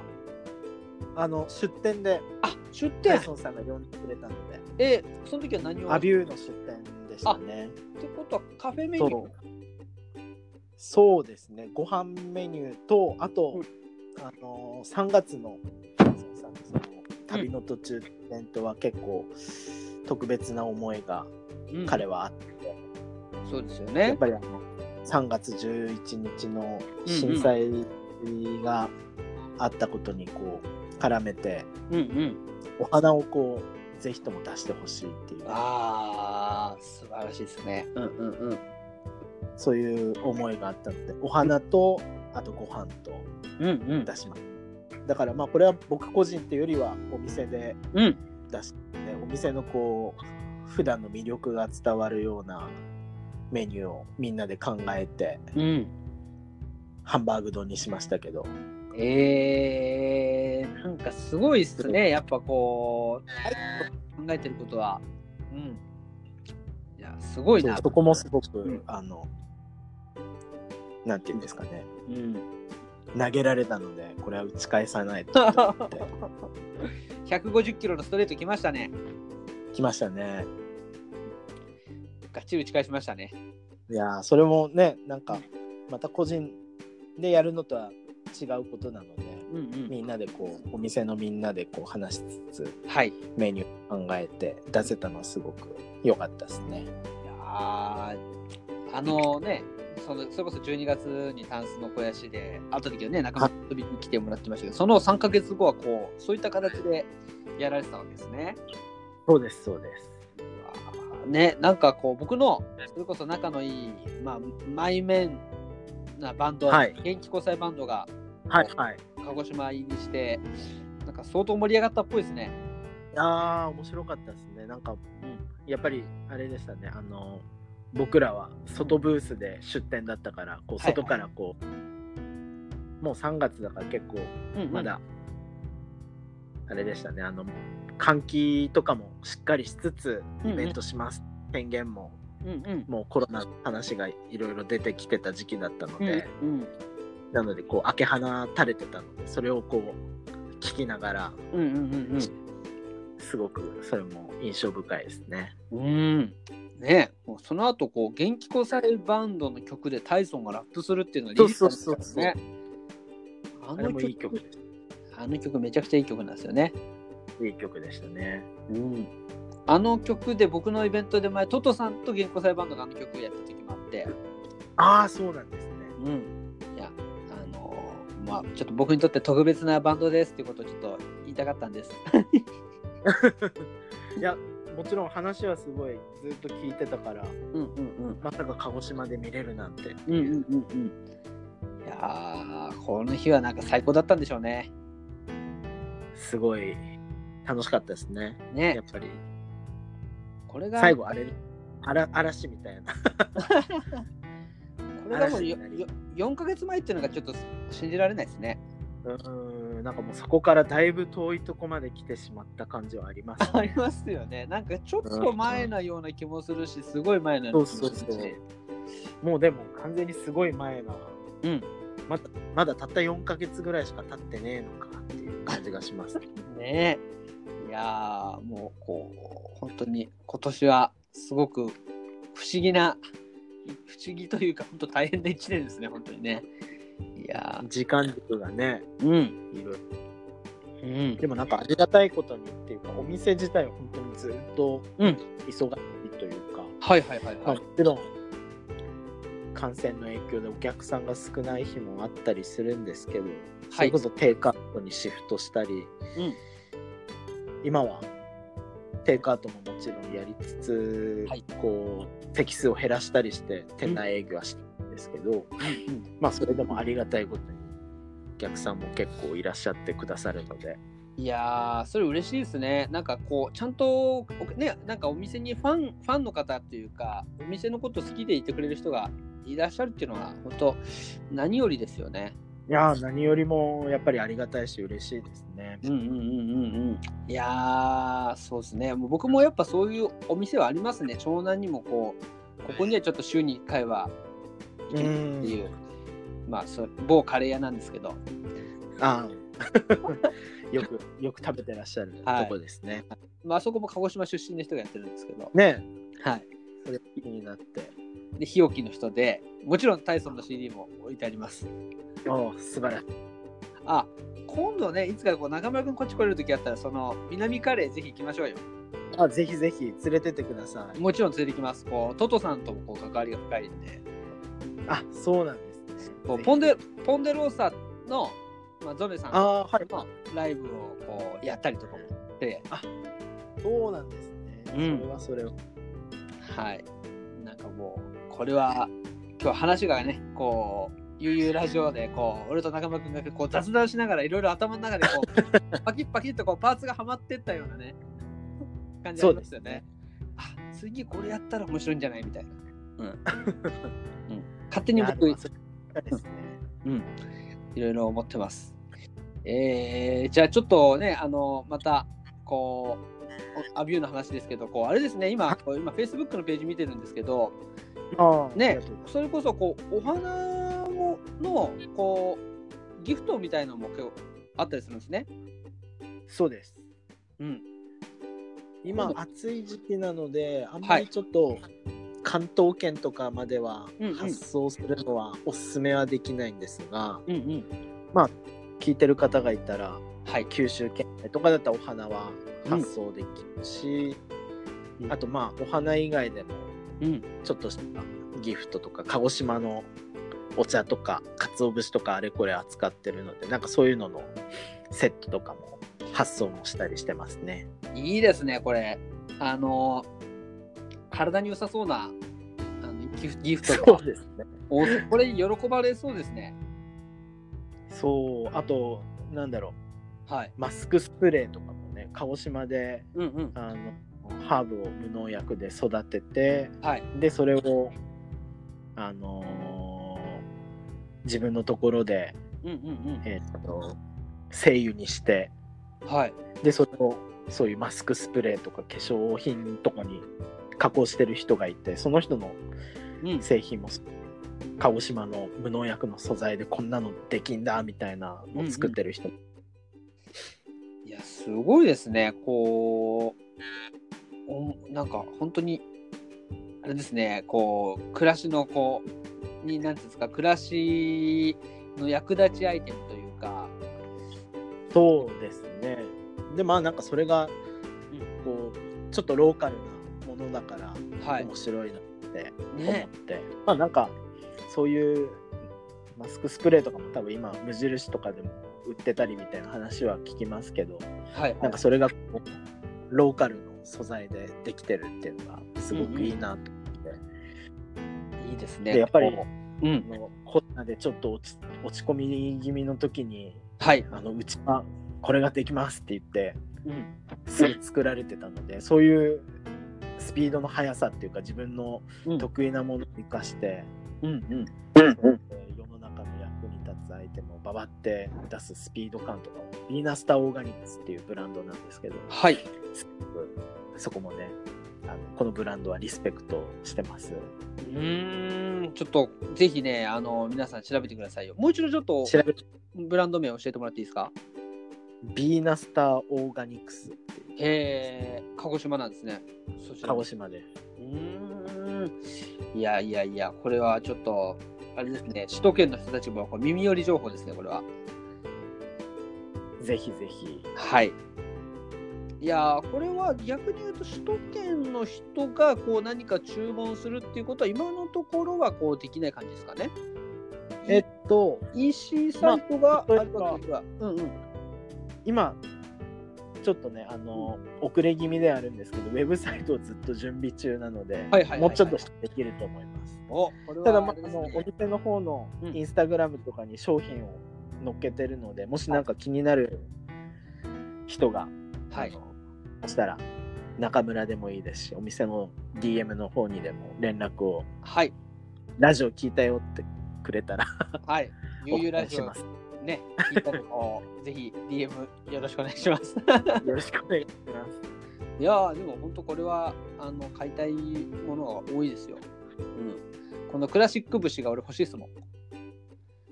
Speaker 4: あの、出店で、
Speaker 3: あ出
Speaker 4: ダ
Speaker 3: 店
Speaker 4: イソンさんが呼んでくれたので、
Speaker 3: えその時は何を
Speaker 4: ア
Speaker 3: っ
Speaker 4: ビューの出店でしたね。
Speaker 3: てことはカフェメニュ
Speaker 4: そ
Speaker 3: ー
Speaker 4: うそうですねご飯メニューとあと、あのー3月のさんのその旅の途中イベントは結構特別な思いが
Speaker 3: うん
Speaker 4: 彼はあって、
Speaker 3: そうですよ
Speaker 4: やっ
Speaker 3: ね
Speaker 4: ぱりあの3月11日の震災があったことにこう絡めて
Speaker 3: うんうん
Speaker 4: お花をこうぜひとも出してほしいっていう
Speaker 3: ああ素晴らしいですねうんうんうん
Speaker 4: そういう思いがあったのでお花とあとご飯と
Speaker 3: うんうん
Speaker 4: 出します。だからまあこれは僕個人っていうよりはお店で
Speaker 3: うん
Speaker 4: 出して、お店のこう普段の魅力が伝わるようなメニューをみんなで考えて
Speaker 3: うん
Speaker 4: ハンバーグ丼にしましたけど
Speaker 3: えー、なんかすごいっすね、やっぱこう、考えてることは。うん。いや、すごい
Speaker 4: そう
Speaker 3: な。
Speaker 4: そこもすごく、
Speaker 3: うん
Speaker 4: あのなんていうんですかね
Speaker 3: うん。
Speaker 4: 投げられたのでこれは打ち返さないとと思って
Speaker 3: 150キロのストレート来ましたね。
Speaker 4: 来ましたね
Speaker 3: ガッチリ打ち返しましたね。
Speaker 4: いやーそれもねなんかまた個人でやるのとは違うことなので
Speaker 3: うんうん。
Speaker 4: みんなでこうお店のみんなでこう話しつつ
Speaker 3: はい。い
Speaker 4: メニュー考えて出せたのはすごく良かったですね。
Speaker 3: やーあのね、そのそれこそ12月にタンスの肥やしで、あった時はね、仲間遊びに来てもらってましたけど、その3ヶ月後はこう、そういった形でやられてたわけですね。
Speaker 4: そうですそうです。
Speaker 3: ね、なんかこう僕のそれこそ仲のいい、まあ、マイメンなバンド、
Speaker 4: はい
Speaker 3: 元気交際バンドが
Speaker 4: はいはい。
Speaker 3: 鹿児島入りしてなんか相当盛り上がったっぽいですね。
Speaker 4: ああ面白かったですね。なんか、うん、やっぱりあれでしたねあの僕らは外ブースで出店だったからこう
Speaker 3: はい
Speaker 4: 外からこう、もう3月だから結構
Speaker 3: うんうん
Speaker 4: まだ、あれでしたねあの換気とかもしっかりしつつ
Speaker 3: うん
Speaker 4: イ
Speaker 3: うん
Speaker 4: ベントします、宣言も
Speaker 3: うんうん
Speaker 4: もうコロナの話がいろいろ出てきてた時期だったの
Speaker 3: うん
Speaker 4: で、
Speaker 3: うん
Speaker 4: なのでこう開け放たれてたのでそれをこう聞きながら
Speaker 3: うんうん
Speaker 4: すごくそれも印象深いですね。
Speaker 3: うんうんねもうその後こう元気交際バンドの曲でタイソンがラップするっていうのがリリースされてたんですねあ
Speaker 4: あれ
Speaker 3: の
Speaker 4: も
Speaker 3: 曲
Speaker 4: いい曲でし
Speaker 3: あの曲めちゃくちゃいい曲なんですよね。
Speaker 4: たいい曲でしたね。
Speaker 3: うん、あの曲で僕のイベントで前トトさんと原稿裁バンドがあの曲をやった時もあって、
Speaker 4: ああそうなんですね。
Speaker 3: うん、いやあのーまあちょっと僕にとって特別なバンドですっていうことをちょっと言いたかったんです
Speaker 4: いやもちろん話はすごいずっと聞いてたから
Speaker 3: うんうん
Speaker 4: まさか鹿児島で見れるなんて
Speaker 3: うんうんうんうんうんいやーこの日はなんか最高だったんでしょうね
Speaker 4: すごい楽しかったですね。や
Speaker 3: ね
Speaker 4: っぱり
Speaker 3: これが
Speaker 4: 最後あれあら嵐みたいな。
Speaker 3: これがもう
Speaker 4: 嵐
Speaker 3: よ
Speaker 4: になり
Speaker 3: よ4ヶ月前っていうのがちょっと信じられないですね
Speaker 4: うーんなんかもうそこからだいぶ遠いとこまで来てしまった感じ はあります
Speaker 3: ありますよねなんかちょっと前なような気もするしすごい前なような気もするし
Speaker 4: そうそうそうもうでも完全にすごい前な、
Speaker 3: うん
Speaker 4: まだまだたった4ヶ月ぐらいしか経ってねえのかっていう感じがし ます
Speaker 3: ねえいやーもうこう本当に今年はすごく不思議な不思議というか本当大変な一年ですね本当にねいや
Speaker 4: 時間軸がね
Speaker 3: ーうん
Speaker 4: いる
Speaker 3: うん
Speaker 4: でもなんかありがたいことにっていうかお店自体は本当にずっと
Speaker 3: うん
Speaker 4: 忙しいというか、
Speaker 3: はいはいはい
Speaker 4: ま
Speaker 3: は
Speaker 4: あ、
Speaker 3: い
Speaker 4: も。ちろん感染の影響でお客さんが少ない日もあったりするんですけど、それこそテイクアウトにシフトしたり、
Speaker 3: うん
Speaker 4: 今はテイクアウトももちろんやりつつ、
Speaker 3: はい
Speaker 4: こう席数を減らしたりして店内営業はしてるんですけど、まあそれでもありがたいことにお客さんも結構いらっしゃってくださるので、
Speaker 3: いやーそれ嬉しいですね。なんかこうちゃんとおねなんかお店にファンファンの方っていうかお店のこと好きでいてくれる人がいらっしゃるっていうのは本当何よりですよね。
Speaker 4: いやー何よりもやっぱりありがたいし嬉しいですね。
Speaker 3: うんうんうんうんうん。いやーそうですね。もう僕もやっぱそういうお店はありますね。長男にもこうここにはちょっと週に1回は行けるっていう、まあそう某カレー屋なんですけど。
Speaker 4: ああ よくよく食べてらっしゃる
Speaker 3: はい
Speaker 4: とこですね。
Speaker 3: まああそこも鹿児島出身の人がやってるんですけど。
Speaker 4: ね
Speaker 3: はい。
Speaker 4: それ気になって
Speaker 3: で日置の人でもちろんタイソンの CD も置いてあります
Speaker 4: おお素晴らしい。
Speaker 3: あ今度ねいつかこう中村君こっち来れる時あったらその南カレーぜひ行きましょうよ
Speaker 4: あぜひぜひ連れてってください。
Speaker 3: もちろん連れてきますこうトトさんともこう関わりが深いんで
Speaker 4: あそうなんです、ね。
Speaker 3: こう
Speaker 4: ぜひ
Speaker 3: ポンデポンデローサの、まあ、ゾネさん
Speaker 4: あ
Speaker 3: の
Speaker 4: あはい。
Speaker 3: ライブをこうやったりとかもして
Speaker 4: そうなんですね。
Speaker 3: うん
Speaker 4: それはそれを。
Speaker 3: はいなんかもうこれは今日話がねこうゆうラジオでこう俺と中村君がこう雑談しながらいろいろ頭の中でこ うパキッパキッとこうパーツがはまってったようなね感じありましたよね。あ次これやったら面白いんじゃないみたいな。うんうん、勝手に僕
Speaker 4: いやでもそれですね。
Speaker 3: うん、いろいろ思ってます。えーじゃあちょっとね、あのまたこうおアビューの話ですけど、こうあれですね、今、こう今 Facebook のページ見てるんですけど、
Speaker 4: あああり
Speaker 3: ね
Speaker 4: がとうございま、
Speaker 3: それこそこうお花ものこうギフトみたいのも今日あったりするんですね。
Speaker 4: すそうです。
Speaker 3: うん、
Speaker 4: 今暑い時期なのであんま
Speaker 3: は
Speaker 4: り
Speaker 3: い
Speaker 4: ちょっと関東圏とかまでは
Speaker 3: うんうん
Speaker 4: 発送するのはおすすめはできないんですが、
Speaker 3: うんうん、
Speaker 4: 聞いてる方がいたら
Speaker 3: はい、
Speaker 4: 九州県内とかだったらお花は発送できるし、
Speaker 3: うん
Speaker 4: あとまあお花以外でも
Speaker 3: うん、
Speaker 4: ちょっとしたギフトとか鹿児島のお茶とか鰹節とかあれこれ扱ってるのでなんかそういうののセットとかも発送もしたりしてますね。
Speaker 3: いいですね、これ。あの体に良さそうなあのギフギフトが
Speaker 4: ですね。
Speaker 3: おこれ喜ばれそうですね。
Speaker 4: そうあとなんだろ
Speaker 3: はい。
Speaker 4: うマスクスプレーとかもね鹿児島で
Speaker 3: うんうん。
Speaker 4: あのハーブを無農薬で育てて
Speaker 3: はい。
Speaker 4: でそれをあのー自分のところで、
Speaker 3: うんうん
Speaker 4: えーっと精油にして
Speaker 3: うん。はい。
Speaker 4: でそれをそういうマスクスプレーとか化粧品とかに加工してる人がいてその人の
Speaker 3: うん。
Speaker 4: 製品も鹿児島の無農薬の素材でこんなのできんだみたいなのを作ってる人、
Speaker 3: いや、すごいですね。こう、おなんか本当に、あれですね、こう、暮らしの、こう、に、なんていうんですか、暮らしの役立ちアイテムというか、
Speaker 4: そうですねでまあなんかそれが
Speaker 3: ん
Speaker 4: こうちょっとローカルなものだから
Speaker 3: はい
Speaker 4: 面。白いなって、思っ
Speaker 3: ね。
Speaker 4: て、まあなんかそういうマスクスプレーとかも多分今無印とかでも売ってたりみたいな話は聞きますけど
Speaker 3: はい。
Speaker 4: なんかそれがこうローカルの素材でできてるっていうのがすごくいいなと、
Speaker 3: いいです
Speaker 4: で
Speaker 3: ね。
Speaker 4: やっぱり
Speaker 3: こううん。
Speaker 4: あのコロナでちょっと落ち落ち込み気味の時に
Speaker 3: はい。
Speaker 4: あのうちはこれができますって言って
Speaker 3: うん。
Speaker 4: すぐ作られてたのでそういうスピードの速さっていうか自分の
Speaker 3: うん。
Speaker 4: 得意なものを生かして
Speaker 3: うん。うん。
Speaker 4: えー世の中の役に立つアイテムをババって出すスピード感とかをビーナスターオーガニックスっていうブランドなんですけど
Speaker 3: はい。
Speaker 4: そこもねあのこのブランドはリスペクトしてます
Speaker 3: うーん。ちょっと、ぜひね、あの、皆さん調べてくださいよ。もう一度ちょっと、
Speaker 4: 調べて
Speaker 3: ブランド名教えてもらっていいですか
Speaker 4: ビーナスターオーガニックスっていう
Speaker 3: へえ、鹿児島なんですね。そちら
Speaker 4: 鹿
Speaker 3: も
Speaker 4: 児島で
Speaker 3: うーん。いやいやいや、これはちょっと、あれですね、首都圏の人たちもこう耳寄り情報ですね、これは。
Speaker 4: ぜひぜひ
Speaker 3: はい。いやーこれは逆に言うと首都圏の人がこう何か注文するっていうことは今のところはこうできない感じですかね。
Speaker 4: えっと
Speaker 3: EC サイトがあ
Speaker 4: まあ
Speaker 3: るわけは、うんうん、
Speaker 4: 今ちょっとねあの遅れ気味ではあるんですけどウェブサイトをずっと準備中なので、
Speaker 3: はいはいはいはい
Speaker 4: もうちょっとしてできると思います。
Speaker 3: おこれは
Speaker 4: ただ、まあ
Speaker 3: あれで
Speaker 4: あ
Speaker 3: す
Speaker 4: の
Speaker 3: ね
Speaker 4: お店の方の
Speaker 3: うん
Speaker 4: インスタグラムとかに商品を載っけてるので、もしなんか気になる人が、
Speaker 3: はい
Speaker 4: あのそしたら中村でもいいですしお店の DM の方にでも連絡を
Speaker 3: はい
Speaker 4: ラジオ聞いたよってくれたら
Speaker 3: はい
Speaker 4: お
Speaker 3: ゆうゆう
Speaker 4: 願
Speaker 3: ラ
Speaker 4: い
Speaker 3: ジ
Speaker 4: し
Speaker 3: オ
Speaker 4: ます。
Speaker 3: ね聞いたとこぜひ DM よろしくお願いします。
Speaker 4: よろしくお願いします。
Speaker 3: いやーでも本当これはあの買いたいものが多いですよ。うん、このクラシック節が俺欲しいですもん。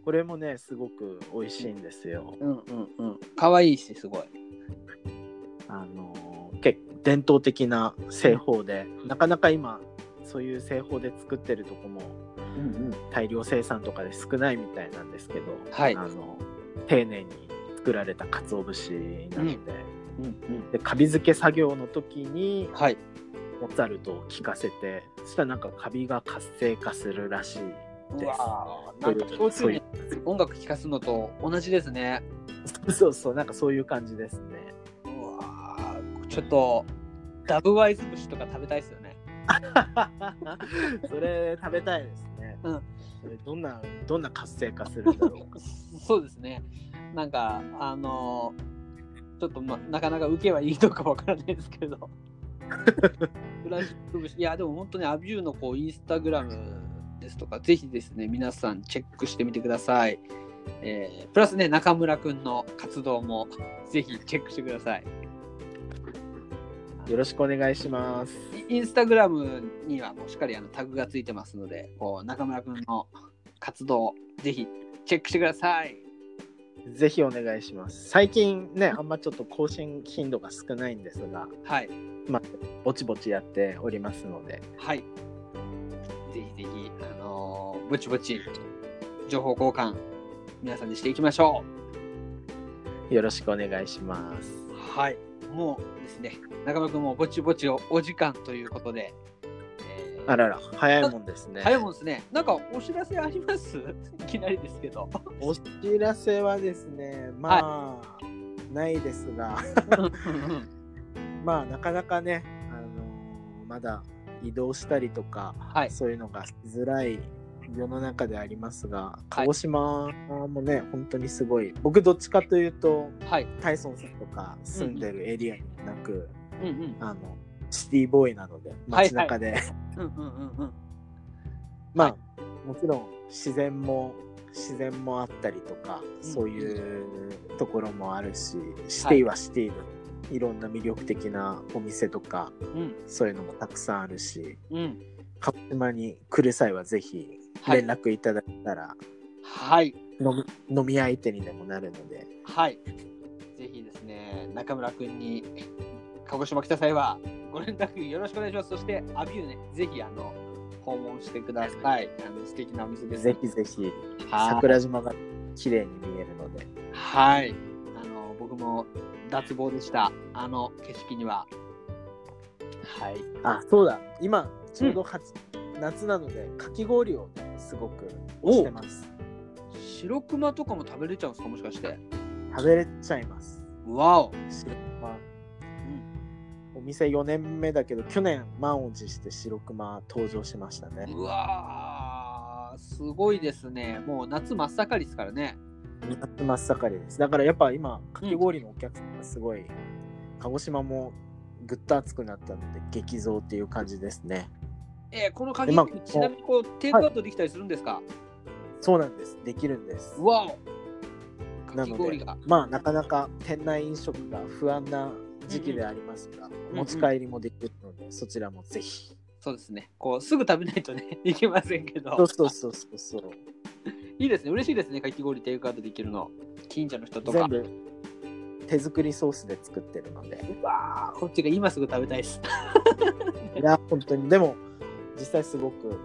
Speaker 4: これもねすごく美味しいんですよ。
Speaker 3: うんうんうん。可愛いしすごい。
Speaker 4: あの結構伝統的な製法で、なかなか今そういう製法で作ってるとこも
Speaker 3: うん
Speaker 4: 大量生産とかで少ないみたいなんですけど、
Speaker 3: はい
Speaker 4: あの丁寧に作られた鰹節なので,、
Speaker 3: うんうん
Speaker 4: でカビ付け作業の時に
Speaker 3: うん。はい。
Speaker 4: モッツァルトを効かせてそしたらなんかカビが活性化するらしい です。
Speaker 3: うわーなんか焼酎
Speaker 4: そうい
Speaker 3: に
Speaker 4: う
Speaker 3: 音楽聴かすのと同じですね。
Speaker 4: そうそうなんかそういう感じです ね。
Speaker 3: うわーちょっとダブワイズ節とか食べたいですよね。
Speaker 4: それ食べたいですね。
Speaker 3: うん
Speaker 4: それどんなどんな活性化するんだろう。
Speaker 3: そうですね。なんかあのーちょっと、ま、なかなか受けはいいのかわからないですけど。クラシック節いやでも本当にアビューのこうインスタグラムですとかぜひですね皆さんチェックしてみてください。えープラスね中村くんの活動もぜひチェックしてください。
Speaker 4: よろしくお願いします。
Speaker 3: インスタグラムにはもうしっかりあのタグがついてますので、こう中村くんの活動をぜひチェックしてください。
Speaker 4: ぜひお願いします。最近ね、あんまちょっと更新頻度が少ないんですが、
Speaker 3: はい。
Speaker 4: まあ、ぼちぼちやっておりますので、
Speaker 3: はい。ぜひぜひ、あのーぼちぼち情報交換、皆さんでしていきましょ
Speaker 4: よろしくお願いします。
Speaker 3: う。はい。もうですね、中村くんもぼちぼちおお時間ということで、えー
Speaker 4: あらら、早いもんですね。
Speaker 3: 早いもんですね。なんかお知らせあります いきなりですけど。
Speaker 4: お知らせはですね、まあ、ないですが、 まあ、なかなかね、あのまだ移動したりとか、
Speaker 3: はい。
Speaker 4: そういうのがしづらい世の中でありますが、鹿児島もね、本当にすごい、僕どっちかというと、
Speaker 3: はい。
Speaker 4: タイソンさんとか住んでるエリアになく、
Speaker 3: うんうん。
Speaker 4: あの、シティボーイなので、街中で、
Speaker 3: うんうんうんうん。
Speaker 4: まあ、もちろん自然も、自然もあったりとか、そういうところもあるし、シティはシティで、いろんな魅力的なお店とか、
Speaker 3: うん
Speaker 4: そういうのもたくさんあるし、
Speaker 3: うん。
Speaker 4: 鹿児島に来る際はぜひ
Speaker 3: はい
Speaker 4: 連絡いただけたら、
Speaker 3: はい。
Speaker 4: 飲み飲み相手にでもなるので、
Speaker 3: はい。ぜひですね、中村くんに鹿児島来た際はご連絡よろしくお願いします。そして、アビューね、ぜひあの訪問してください。あの素敵なお店です。
Speaker 4: ぜひぜひ
Speaker 3: はい。
Speaker 4: 桜島が綺麗に見えるので、
Speaker 3: はい。あの僕も脱帽でした。あの景色には。はい。
Speaker 4: あ、そうだ、今ちょうど初夏なのでかき氷をね、すごくしてます。
Speaker 3: 白熊とかも食べれちゃうんですかもしかして。
Speaker 4: 食べれちゃいます。
Speaker 3: わお。
Speaker 4: 白熊お店4年目だけど去年満を持して白熊登場しましたね。
Speaker 3: うわーすごいですね。もう夏真っ盛りですからね。
Speaker 4: 夏真っ盛りですだからやっぱ今かき氷のお客さんがすごい、鹿児島もぐっと暑くなったので激増っていう感じですね
Speaker 3: えーこの鍵、
Speaker 4: まあ
Speaker 3: ちなみにこうテイクアウトできたりするんですか、
Speaker 4: そうなんですできるんです
Speaker 3: うわおか
Speaker 4: な
Speaker 3: き
Speaker 4: の
Speaker 3: 氷
Speaker 4: で
Speaker 3: が。
Speaker 4: まあなかなか店内飲食が不安な時期でありますが、
Speaker 3: うん
Speaker 4: 持ち帰りもできるので、そちらもぜひ
Speaker 3: そうですね。こうすぐ食べないとね、 いけませんけど。
Speaker 4: そうそうそうそうそう
Speaker 3: いいですね。嬉しいですね。かき氷テイクアウトできるの。近所の人とか。
Speaker 4: 全部手作りソースで作ってるので
Speaker 3: うわーこっちが今すぐ食べたいです。
Speaker 4: いや本当にでも実際すごく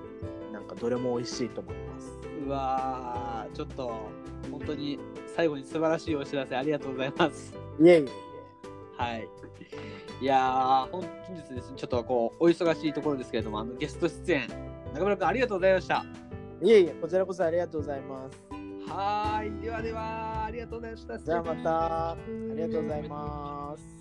Speaker 4: なんかどれも美味しいと思います
Speaker 3: うわーちょっと本当に最後に素晴らしいお知らせありがとうございます。
Speaker 4: いえいえいえ
Speaker 3: はい。はい。いやー、本日ですね、ちょっとこう、お忙しいところですけれども、あのゲスト出演、中村君ありがとうございました。
Speaker 4: いえいえ、こちらこそありがとうございます。
Speaker 3: はーい、ではでは、ありがとうございました。
Speaker 4: じゃあまた、ありがとうございます。